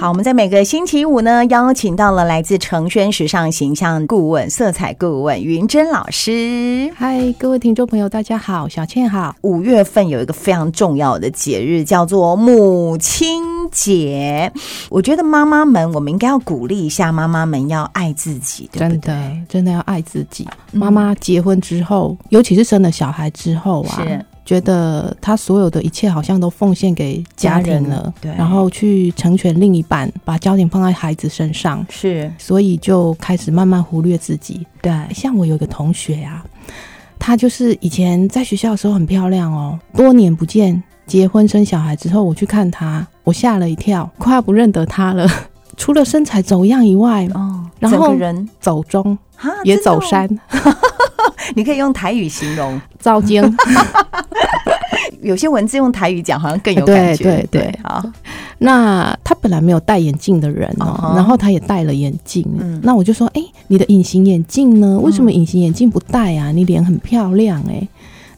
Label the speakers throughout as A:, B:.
A: 好，我们在每个星期五呢，邀请到了来自成轩时尚形象顾问、色彩顾问云珍老师。
B: 嗨，各位听众朋友，大家好，小倩好。
A: 五月份有一个非常重要的节日，叫做母亲节。我觉得妈妈们，我们应该要鼓励一下妈妈们，要爱自己，对不嗯
B: 真
A: 对？
B: 的，嗯真的要爱自己。妈妈结婚之后，尤其是生了小孩之后啊，
A: 是
B: 觉得她所有的一切好像都奉献给
A: 家
B: 家
A: 人
B: 庭了，
A: 对
B: 然后去成全另一半，把焦点放在孩子身上，
A: 是，
B: 所以就开始慢慢忽略自己。
A: 对，
B: 像我有一个同学啊，她就是以前在学校的时候很漂亮哦，多年不见，结婚生小孩之后，我去看她，我吓了一跳，快要不认得她了。 除了身材走样以外，
A: 哦，
B: 然后
A: 整个人
B: 走中
A: 啊
B: 也
A: 真
B: 走，
A: 的
B: 山，
A: 哦你可以用台语形容，
B: 照经。
A: 有些文字用台语讲好像更有感觉。啊
B: 对对对
A: 好，
B: 那她本来没有戴眼镜的人哦
A: 啊哈
B: 然后她也戴了眼镜。
A: 嗯
B: 那我就说，哎、你的隐形眼镜呢？为什么隐形眼镜不戴啊？你脸很漂亮哎、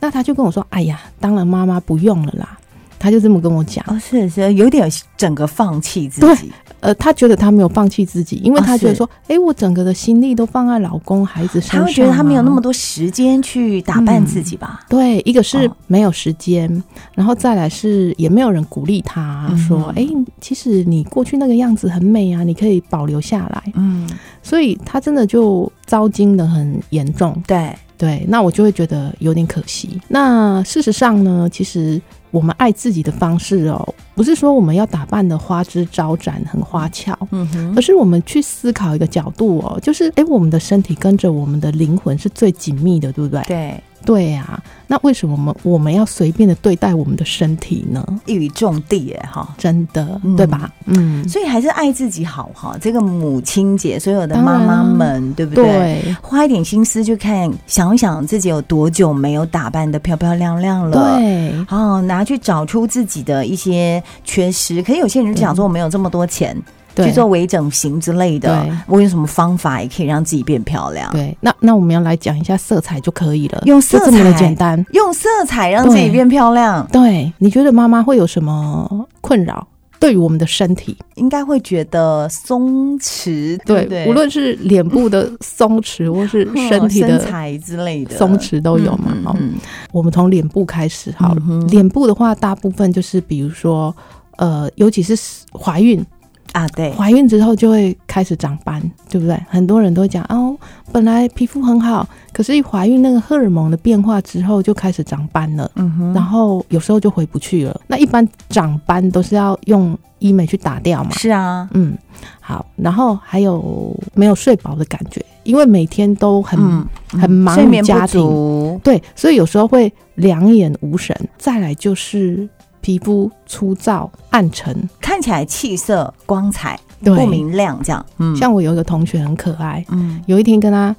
B: 那她就跟我说，哎呀，当了妈妈不用了啦。她就这么跟我讲。
A: 哦，是是，有点整个放弃自
B: 对
A: 己，
B: 呃，她觉得她没有放弃自己，因为
A: 啊
B: 她觉得
A: 是
B: 说，哎、我整个的心力都放在老公、孩子身上、
A: 他
B: 啊，
A: 会觉得他没有那么多时间去打扮自己吧？
B: 对，一个是
A: 哦
B: 没有时间，然后再来是也没有人鼓励她
A: 嗯
B: 说：“哎、其实你过去那个样子很美啊，你可以保留下来。
A: 嗯，”
B: 所以她真的就糟经的很严重。
A: 对，
B: 对，那我就会觉得有点可惜。那事实上呢，其实我们爱自己的方式哦，不是说我们要打扮的花枝招展、很花俏。
A: 嗯哼
B: 而，是我们去思考一个角度哦，就是哎、诶我们的身体跟着我们的灵魂是最紧密的，对不对？
A: 对，
B: 对呀、那为什么我们我们要随便的对待我们的身体呢？
A: 一语中的耶哈。
B: 真的，
A: 嗯
B: 对吧？嗯，
A: 所以还是爱自己好哈。这个母亲节，所有的
B: 当
A: 妈
B: 然
A: 妈
B: 啊
A: 们，对不对？
B: 对
A: 花一点心思去看，想一想自己有多久没有打扮的漂漂亮亮了。
B: 对
A: 哦，拿去找出自己的一些缺失。可是有些人就讲说，我没有这么多钱去
B: 对
A: 做微整形之类的
B: 对，
A: 我有什么方法也可以让自己变漂亮？
B: 对。那那我们要来讲一下色彩就可以了，
A: 用色
B: 就这么的
A: 彩
B: 简单。
A: 用色彩让自己
B: 对
A: 变漂亮，
B: 对，你觉得妈妈会有什么困扰？对于我们的身体，
A: 应该会觉得松弛，对不对？
B: 无论是脸部的松弛，或是
A: 嗯
B: 身体
A: 身
B: 的
A: 材之类的
B: 松弛，都有嘛。哦，
A: 嗯
B: 我们从脸部开始好了
A: 嗯。哼
B: 脸部的话，大部分就是比如说，呃，尤其是怀孕，
A: 啊，对，
B: 怀孕之后就会开始长斑，对不对？很多人都会讲哦，本来皮肤很好，可是一怀孕那个荷尔蒙的变化之后就开始长斑了，
A: 嗯哼
B: 然后有时候就回不去了。那一般长斑都是要用医美去打掉嘛。
A: 是啊，
B: 嗯，好，然后还有没有睡饱的感觉，因为每天都很、
A: 嗯，
B: 很忙
A: 睡眠
B: 于家
A: 不
B: 庭，
A: 足，
B: 对，所以有时候会两眼无神。再来就是皮肤粗糙、暗沉，
A: 看起来气色光彩
B: 对
A: 不明亮，这样，嗯，
B: 像我有一个同学很可爱，
A: 嗯
B: 有一天跟他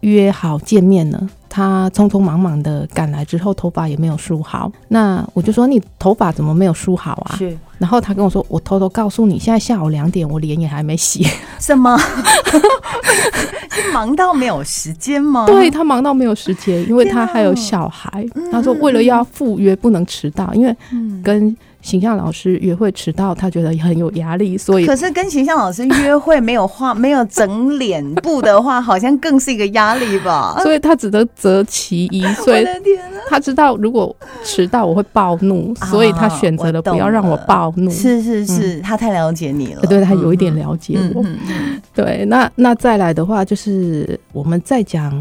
B: 约好见面了，他匆匆忙忙的赶来之后，头发也没有梳好。那我就说你头发怎么没有梳好啊？
A: 是
B: 然后他跟我说，我偷偷告诉你，现在下午两点，我脸也还 没洗。
A: 什么？是忙到没有时间吗？
B: 对，他忙到没有时间，因为他还有小孩。
A: 啊
B: 他说为了要赴约不能迟到，因为
A: 嗯。
B: 跟形象老师约会迟到，他觉得很有压力，所以
A: 可是跟形象老师约会没有画没有整脸部的话，好像更是一个压力吧？
B: 所以他只能择其一，
A: 呃我
B: 所以
A: 的天啊！
B: 他知道如果迟到我会暴怒，
A: 啊
B: 所以他选择了不要让我暴怒。
A: 是是是，他太了解你了，
B: 嗯对他有一点了解
A: 嗯
B: 我。
A: 嗯嗯
B: 对，那那再来的话，就是我们再讲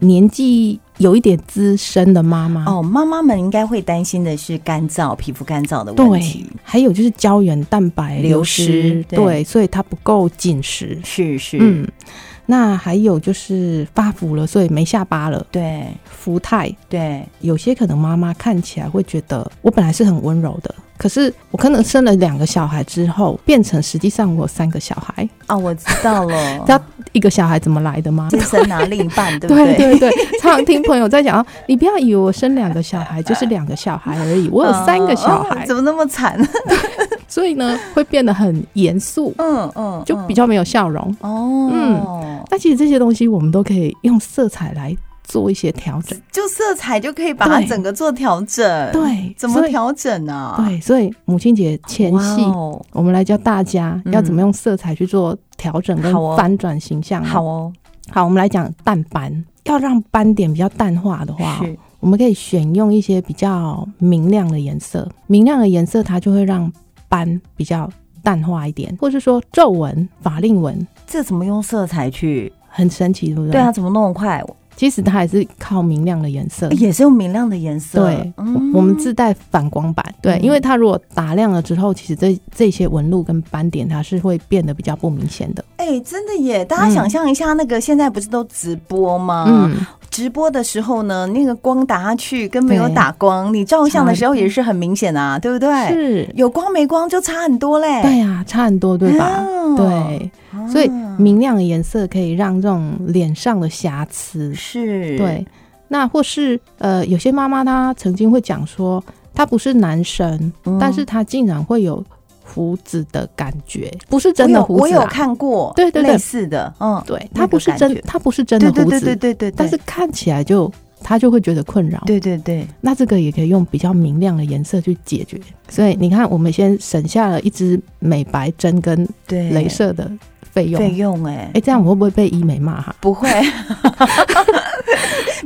B: 年纪有一点资深的妈妈，
A: 嗯。哦，妈妈们应该会担心的是干燥、皮肤干燥的问
B: 对
A: 题。，
B: 还有就是胶原蛋白
A: 流
B: 流
A: 失
B: 失，
A: 对
B: 对，所以它不够紧实。
A: 是是，
B: 嗯，那还有就是发福了，所以没下巴了，
A: 对
B: 福态。
A: 对，
B: 有些可能妈妈看起来会觉得我本来是很温柔的，可是我可能生了两个小孩之后，变成实际上我有三个小孩，。
A: 啊，我知道了
B: 知道一个小孩怎么来的吗？
A: 先生拿另一半，对不
B: 对对对，常常听朋友在讲，你不要以为我生两个小孩就是两个小孩而已，我有三个小
A: 哦
B: 孩，
A: 怎么那么惨？
B: 所以呢会变得很严肃，
A: 嗯嗯，
B: 就比
A: 较
B: 较没有笑容。嗯
A: 哦，
B: 那其实这些东西我们都可以用色彩来做一些调整。
A: 就色彩就可以把它
B: 对
A: 整个做调整。，
B: 对，
A: 怎么
B: 所以？
A: 调整呢、啊？
B: 对，所以母亲节前
A: 哇
B: 夕，
A: 哦，
B: 我们来教大家
A: 嗯
B: 要怎么用色彩去做调整跟
A: 好哦
B: 翻转形象、
A: 好，哦，
B: 好，我们来讲淡斑。要让斑点比较淡化的话，
A: 是
B: 我们可以选用一些比较明亮的颜色。明亮的颜色它就会让斑比较淡化一点，或是说皱纹、法令纹，
A: 这怎么用色彩去？
B: 很神奇，对不对？嗯
A: 对啊，，怎么弄得快？
B: 其实它还是靠明亮的颜色。
A: 也是用明亮的颜色。
B: 对，我我们自带反光板，对，
A: 嗯
B: 因为它如果打亮了之后，其实这这些纹路跟斑点它是会变得比较不明显的。
A: 哎、真的耶！大家
B: 嗯
A: 想象一下，那个现在不是都直播吗？
B: 嗯，
A: 直播的时候呢，那个光打下去跟没有
B: 对
A: 打光，你照相的时候
B: 差
A: 也是很明显啊，对不对？
B: 是，
A: 有光没光就差很多嘞。
B: 对呀、差很多，对吧？
A: 哦，
B: 对，
A: 啊
B: 所以明亮的颜色可以让这种脸上的瑕疵，
A: 是，
B: 对。那或是呃，有些妈妈她曾经会讲说，她不是男生，
A: 嗯
B: 但是她竟然会有胡子的感觉，不是
A: 我
B: 真的
A: 有
B: 胡
A: 我
B: 子、
A: 有
B: 啊，
A: 看过，
B: 对对对
A: 类似的，嗯，
B: 对，
A: 那
B: 她
A: 个
B: 不是
A: 感
B: 真
A: 觉，
B: 她不是真的
A: 对
B: 胡子，
A: 对对对对对，
B: 但是看起来就她就会觉得困扰。
A: 对对对，
B: 那这个也可以用比较明亮的颜色去解决。所以你看，我们先省下了一支美白针跟
A: 对，
B: 镭射的费用。
A: 费用哎
B: 哎、，这样我会不会被医美骂哈？
A: 不会，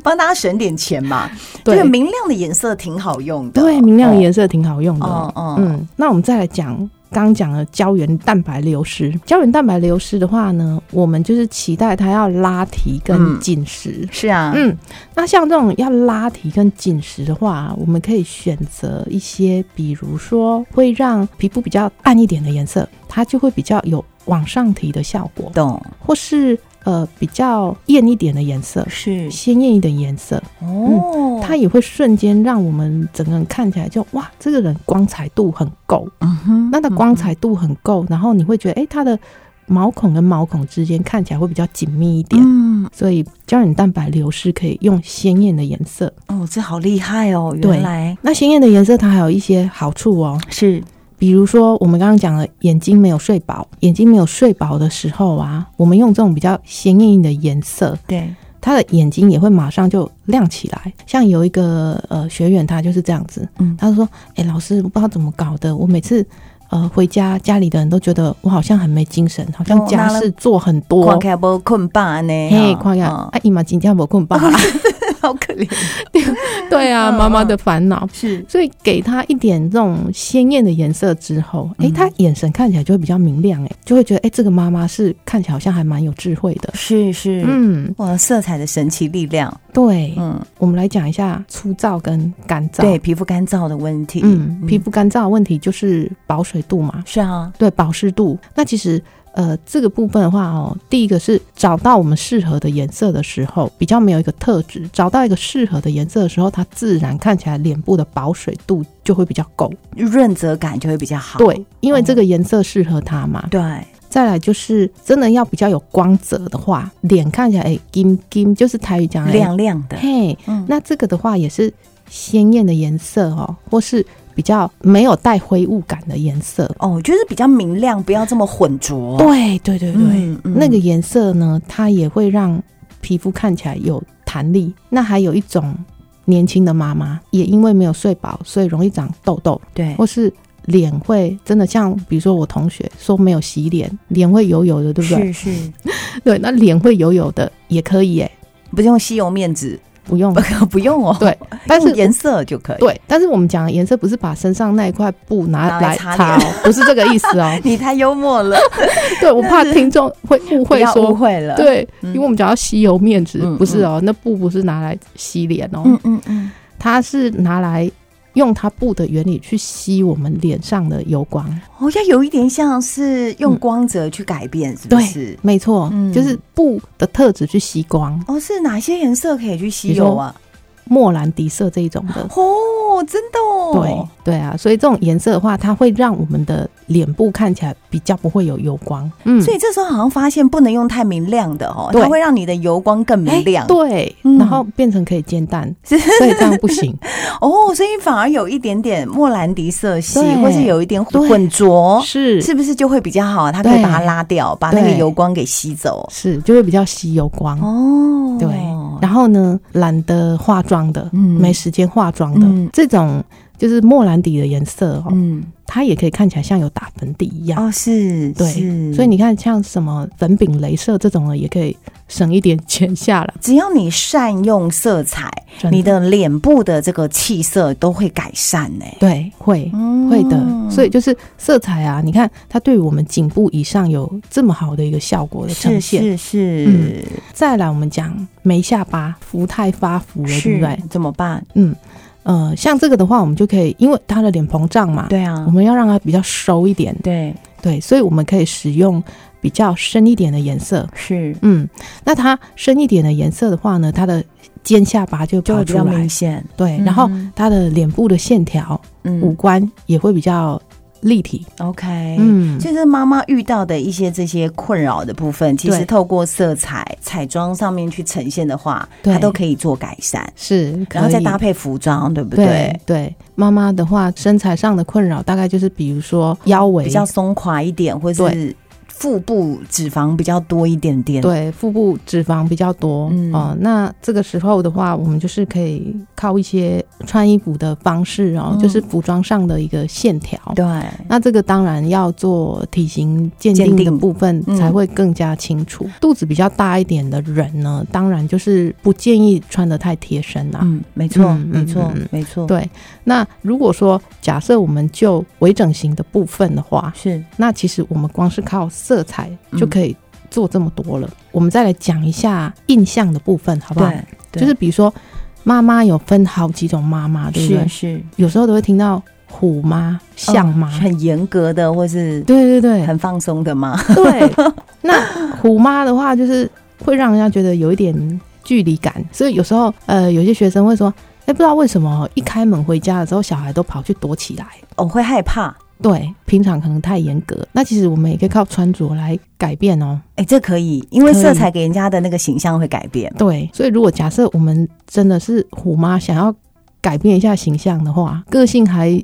A: 帮大家省点钱嘛。这
B: 对
A: 个明亮的颜色挺好用的，
B: 对，明亮的颜色挺好用的。
A: 哦，嗯嗯，
B: 嗯，那我们再来讲刚刚讲的胶原蛋白流失。胶原蛋白流失的话呢，我们就是期待它要拉提跟
A: 嗯
B: 紧实。
A: 是啊，
B: 嗯，那像这种要拉提跟紧实的话，我们可以选择一些，比如说会让皮肤比较暗一点的颜色，它就会比较有往上提的效果，
A: 懂
B: 或是呃比较艳一点的颜色，
A: 是
B: 鲜艳一点颜色，
A: 哦，
B: 嗯它也会瞬间让我们整个人看起来就哇，这个人光彩度很够。
A: 嗯哼
B: 那它光彩度很够，然后你会觉得，哎、它的毛孔跟毛孔之间看起来会比较紧密一点。
A: 嗯，
B: 所以胶原蛋白流失可以用鲜艳的颜色，
A: 哦，这好厉害哦，
B: 对
A: 原来
B: 那鲜艳的颜色它还有一些好处哦，
A: 是
B: 比如说我们刚刚讲的眼睛没有睡饱，眼睛没有睡饱的时候啊，我们用这种比较鲜艳的颜色，
A: 对，
B: 他的眼睛也会马上就亮起来。像有一个呃学员，他就是这样子，
A: 嗯
B: 他说：“哎、老师，我不知道怎么搞的，我每次呃回家，家里的人都觉得我好像很没精神，好像
A: 哦
B: 家
A: 拿了
B: 事做很多。
A: 看起来不困吧呢，
B: 嘿，
A: 哦
B: 快呀！
A: 哦
B: 啊，姨妈今天我困吧？
A: 好可怜，
B: 对啊，
A: 嗯
B: 妈妈的烦恼。
A: 是
B: 所以给他一点这种鲜艳的颜色之后，哎、
A: 嗯
B: 他眼神看起来就会比较明亮，哎，就会觉得哎、这个妈妈是看起来好像还蛮有智慧的。
A: 是是，
B: 嗯，
A: 哇，色彩的神奇力量，
B: 对，
A: 嗯，
B: 我们来讲一下粗糙跟干燥。
A: 对，皮肤干燥的问题，
B: 嗯，皮肤干燥的问题就是保水度嘛，
A: 是啊，
B: 对，保湿度。那其实呃，这个部分的话哦，第一个是找到我们适合的颜色的时候，比较没有一个特质，找到一个适合的颜色的时候，它自然看起来脸部的保水度就会比较够。
A: 润泽感就会比较好，
B: 对，因为
A: 哦
B: 这个颜色适合它嘛。
A: 对，
B: 再来就是真的要比较有光泽的话，脸看起来哎金金，就是台语讲的
A: 亮亮的，
B: 哎嘿，
A: 嗯
B: 那这个的话也是鲜艳的颜色哦，或是比较没有带灰雾感的颜色。
A: 哦，就是比较明亮，不要这么混浊。
B: 对对对对，
A: 嗯，嗯
B: 那个颜色呢，它也会让皮肤看起来有弹力。那还有一种年轻的妈妈，也因为没有睡饱，所以容易长痘痘，
A: 对
B: 或是脸会真的像，比如说我同学说没有洗脸，脸会油油的，对不对？
A: 是是，
B: 对，那脸会油油的也可以耶，
A: 不用吸油面纸，
B: 不用
A: 不。不用哦，
B: 嗯对，但是
A: 用颜色就可以。，
B: 对，但是我们讲的颜色不是把身上那一块布拿
A: 拿来
B: 来
A: 擦
B: 擦哦，不是这个意思
A: 。
B: 哦
A: 你太幽默了，
B: 对，我怕听众会误
A: 不
B: 会
A: 要误
B: 说，
A: 会了。，
B: 对，
A: 嗯
B: 因为我们讲到吸油面纸
A: 嗯，
B: 不是哦，那布不是拿来吸脸哦
A: 嗯，嗯嗯，
B: 它是拿来用它布的原理去吸我们脸上的油光。
A: 好像哦有一点像是
B: 嗯
A: 用光泽去改变，是不是？
B: 没错
A: 嗯，
B: 就是布的特质去吸光，
A: 哦，是哪些颜色可以去吸油啊？
B: 莫兰迪色这一种的。
A: 哦，真的
B: 对
A: 哦，
B: 对啊，所以这种颜色的话，它会让我们的脸部看起来比较不会有油光。嗯，
A: 所以这时候好像发现不能用太明亮的哦，
B: 对
A: 它会让你的油光更明亮。
B: 哎对，
A: 嗯
B: 然后变成可以 煎蛋，所以这样不行。
A: 哦，所以反而有一点点莫兰迪色系，
B: 对
A: 或是有一点
B: 对
A: 混浊，
B: 是
A: 哦是不是就会比较好啊？它可以
B: 对
A: 把它拉掉，把那个
B: 对
A: 油光给吸走。
B: 是，就会比较吸油光。
A: 哦，
B: 对然后呢，懒得化妆的，
A: 嗯
B: 没时间化妆的，
A: 嗯
B: 这种就是莫兰迪的颜色哦，
A: 嗯，
B: 它也可以看起来像有打粉底一样。
A: 哦，是，
B: 对
A: 是
B: 所以你看，像什么粉饼、镭射这种的，也可以省一点钱下来。
A: 只要你善用色彩，
B: 真
A: 你的脸部的这个气色都会改善呢、
B: 对会
A: 嗯
B: 会的，所以就是色彩啊，你看它对于我们颈部以上有这么好的一个效果的呈
A: 是
B: 现。
A: 是是
B: 嗯，再来，我们讲眉下巴福太发福了，对
A: 是
B: 不对？
A: 怎么办？
B: 嗯，呃，像这个的话，我们就可以，因为它的脸膨胀嘛，
A: 对啊
B: 我，们要让它比较收一点，
A: 对，
B: 对，所以我们可以使用比较深一点的颜色。
A: 是
B: 嗯，那它深一点的颜色的话呢，它的尖下巴就
A: 就
B: 跑
A: 会比
B: 出
A: 较
B: 来
A: 明，显。
B: 对，然后
A: 嗯
B: 它的脸部的线条、五
A: 嗯
B: 官也会比较立体。
A: ，OK，
B: 嗯，
A: 就是妈妈遇到的一些这些困扰的部分，其实
B: 对
A: 透过色彩、彩妆上面去呈现的话，
B: 对
A: 它都可以做改善，
B: 是，
A: 然后再搭
B: 配。
A: 配服装，对不
B: 对？对，妈妈的话，身材上的困扰大概就是，比如说腰围
A: 比较松垮一点，或是
B: 对
A: 腹部脂肪比较多一点点。，
B: 对，腹部脂肪比较多，
A: 嗯
B: 哦，那这个时候的话，我们就是可以靠一些穿衣服的方式哦，
A: 嗯
B: 就是服装上的一个线条。
A: 对，
B: 那这个当然要做体型鉴
A: 鉴
B: 定的
A: 定
B: 部分
A: 嗯
B: 才会更加清楚。肚子比较大一点的人呢，当然就是不建议穿的太贴身啦、
A: 嗯，没错，
B: 嗯嗯
A: 没错
B: 嗯嗯，
A: 没错，，
B: 对，那如果说假设我们就微整形的部分的话，
A: 是
B: 那其实我们光是靠色彩
A: 嗯
B: 就可以做这么多了。我们再来讲一下印象的部分，好不好？
A: 对，对
B: 就是比如说，妈妈有分好几种妈妈，对不
A: 是
B: 对？
A: 是
B: 有时候都会听到虎妈、象妈，
A: 嗯很严格的，或是
B: 对对对
A: 很放松的嘛。
B: 对。那 虎妈的话，就是会让人家觉得有一点距离感，所以有时候呃，有些学生会说，哎，不知道为什么一开门回家的时候，小孩都跑去躲起来。
A: 我会害怕，
B: 对，平常可能太严格，那其实我们也可以靠穿着来改变哦。
A: 哎，这可以，因为
B: 可以
A: 色彩给人家的那个形象会改变。
B: 对，所以如果假设我们真的是虎妈，想要改变一下形象的话，个性还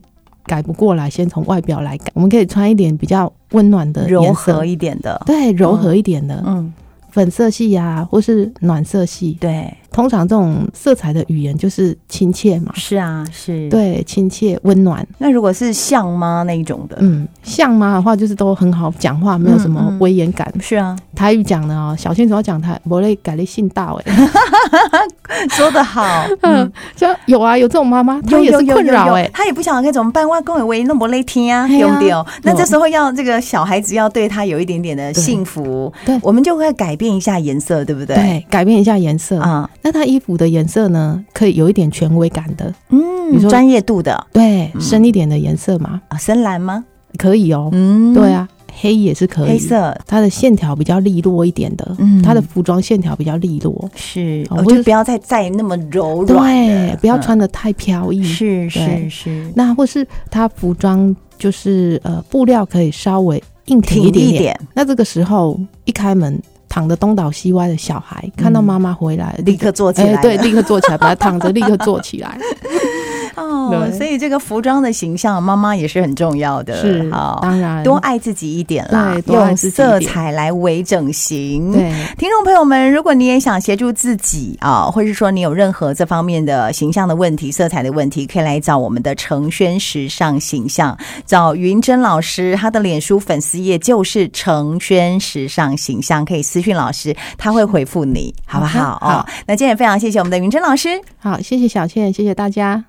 B: 改不过来，先从外表来改。我们可以穿一点比较温暖的
A: 柔
B: 呃颜色
A: 和，一点的，
B: 对，柔和一点的、
A: 嗯，
B: 粉色系呀、或是暖色系。
A: 对，
B: 通常这种色彩的语言就是亲切嘛，
A: 是啊，是。
B: 对，亲切温暖。
A: 那如果是像妈那一种的，
B: 嗯，像妈的话就是都很好讲话，没有什么
A: 嗯嗯
B: 威严感。
A: 是啊，
B: 台语讲的哦，小心不要讲台，我嘞改嘞信道哎。
A: 说得好，
B: 嗯，就有啊，有这种妈妈，她也是困扰哎、
A: 他也不晓得该怎么办，哇，跟我为那么累听啊，
B: 哎呀
A: 对不对哦？那
B: 对
A: 这时候要这个小孩子要对他有一点点的
B: 对
A: 幸福，
B: 对
A: 我们就会改变一下颜色，对不对？
B: 对，改变一下颜色。
A: 啊，
B: 那它衣服的颜色呢，可以有一点权威感的，你
A: 嗯，
B: 说
A: 专业度的
B: 对，
A: 嗯
B: 深一点的颜色嘛，
A: 啊，深蓝吗？
B: 可以哦。
A: 嗯，
B: 对，啊，黑也是可以。
A: 黑色
B: 它的线条比较利落一点的，
A: 嗯
B: 它的服装线条比较利落，
A: 是，我
B: 哦或者
A: 就不要再再那么柔软
B: 对
A: 的，，
B: 不要
A: 嗯。
B: 穿的太飘逸。
A: 是是
B: 对
A: 是，
B: 那或是它服装就是呃布料可以稍微硬挺
A: 挺
B: 一
A: 一
B: 点点。
A: 点，
B: 那这个时候一开门，躺得东倒西歪的小孩，看到
A: 嗯
B: 妈妈回来，
A: 立刻坐起
B: 哎、
A: 来。
B: 对，，立刻坐起来，把他躺 着，立刻坐起来。
A: 哦，
B: 对
A: 所以这个服装的形象，妈妈也是很重要的。
B: 是，
A: 好，
B: 当然
A: 多爱自己一点啦，
B: 对多爱
A: 用
B: 自己一
A: 色
B: 点
A: 彩来微整形。。
B: 对，
A: 听众朋友们，如果你也想协助自己啊，或是说你有任何这方面的形象的问题、色彩的问题，可以来找我们的程轩时尚形象，找云珍老师，她的脸书粉丝页就是程轩时尚形象，可以私讯老师，他会回复你，好不好？
B: 好的好
A: 哦，那今天也非常谢谢我们的云珍老师。
B: 好，谢谢小倩，谢谢大家。